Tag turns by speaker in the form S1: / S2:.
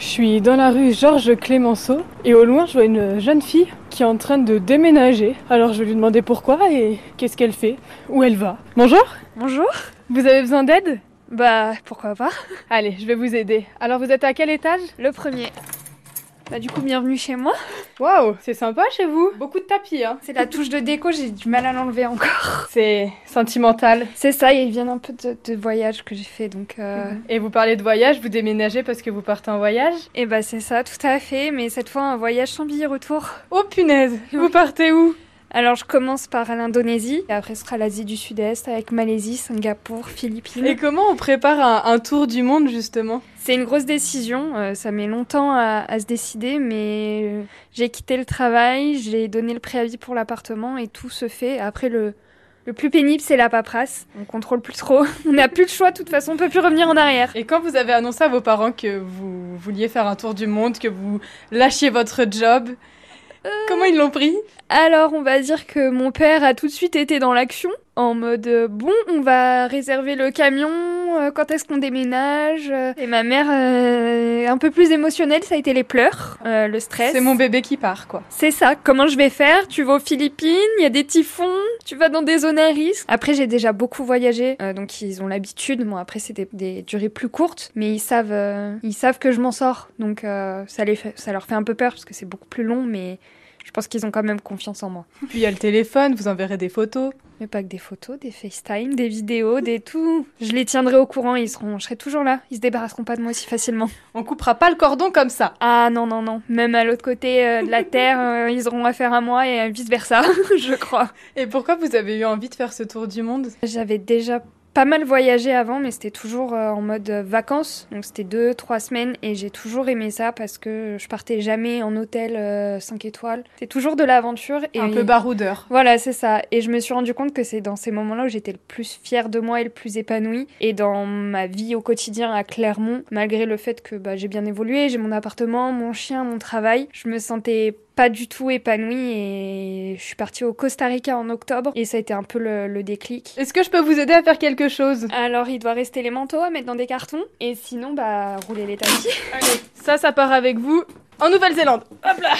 S1: suis dans la rue Georges Clémenceau et au loin je vois une jeune fille qui est en train de déménager. Alors je vais lui demander pourquoi et qu'est-ce qu'elle fait, où elle va. Bonjour,
S2: Bonjour.
S1: vous avez besoin d'aide
S2: Bah pourquoi pas
S1: Allez, je vais vous aider. Alors vous êtes à quel étage
S2: Le premier. Bah du coup bienvenue chez moi.
S1: Waouh, c'est sympa chez vous. Beaucoup de tapis, hein.
S2: C'est la touche de déco, j'ai du mal à l'enlever encore.
S1: C'est sentimental.
S2: C'est ça, ils viennent un peu de, de voyage que j'ai fait donc. euh,
S1: Et vous parlez de voyage, vous déménagez parce que vous partez en voyage
S2: Et bah c'est ça, tout à fait, mais cette fois un voyage sans billet retour.
S1: Oh punaise, vous partez où
S2: Alors je commence par l'Indonésie, et après ce sera l'Asie du Sud-Est avec Malaisie, Singapour, Philippines.
S1: Et comment on prépare un, un tour du monde justement
S2: C'est une grosse décision, euh, ça met longtemps à, à se décider, mais euh, j'ai quitté le travail, j'ai donné le préavis pour l'appartement et tout se fait. Après, le, le plus pénible, c'est la paperasse. On contrôle plus trop, on n'a plus le choix, de toute façon, on peut plus revenir en arrière.
S1: Et quand vous avez annoncé à vos parents que vous vouliez faire un tour du monde, que vous lâchiez votre job, comment ils l'ont pris
S2: Alors, on va dire que mon père a tout de suite été dans l'action, en mode euh, bon, on va réserver le camion, euh, quand est-ce qu'on déménage euh. Et ma mère, euh, un peu plus émotionnelle, ça a été les pleurs, euh, le stress.
S1: C'est mon bébé qui part quoi.
S2: C'est ça, comment je vais faire Tu vas aux Philippines, il y a des typhons, tu vas dans des zones à risque. Après, j'ai déjà beaucoup voyagé, euh, donc ils ont l'habitude. Bon, après, c'est des, des durées plus courtes, mais ils savent, euh, ils savent que je m'en sors. Donc, euh, ça, les fait- ça leur fait un peu peur parce que c'est beaucoup plus long, mais je pense qu'ils ont quand même confiance en moi.
S1: Puis il y a le téléphone, vous enverrez des photos.
S2: Mais pas que des photos, des FaceTime, des vidéos, des tout. Je les tiendrai au courant, ils seront, je serai toujours là. Ils se débarrasseront pas de moi aussi facilement.
S1: On coupera pas le cordon comme ça.
S2: Ah non, non, non. Même à l'autre côté euh, de la Terre, euh, ils auront affaire à moi et vice-versa, je crois.
S1: Et pourquoi vous avez eu envie de faire ce tour du monde
S2: J'avais déjà pas mal voyagé avant, mais c'était toujours euh, en mode euh, vacances. Donc c'était deux, trois semaines et j'ai toujours aimé ça parce que je partais jamais en hôtel 5 étoiles. C'est toujours de l'aventure et
S1: Un peu baroudeur.
S2: Voilà, c'est ça. Et je me suis rendu compte que c'est dans ces moments-là où j'étais le plus fière de moi et le plus épanouie. Et dans ma vie au quotidien à Clermont, malgré le fait que bah, j'ai bien évolué, j'ai mon appartement, mon chien, mon travail, je me sentais pas du tout épanouie et je suis partie au Costa Rica en octobre et ça a été un peu le, le déclic.
S1: Est-ce que je peux vous aider à faire quelque chose
S2: Alors il doit rester les manteaux à mettre dans des cartons et sinon bah rouler les tapis.
S1: Allez, ça, ça part avec vous en Nouvelle-Zélande. Hop là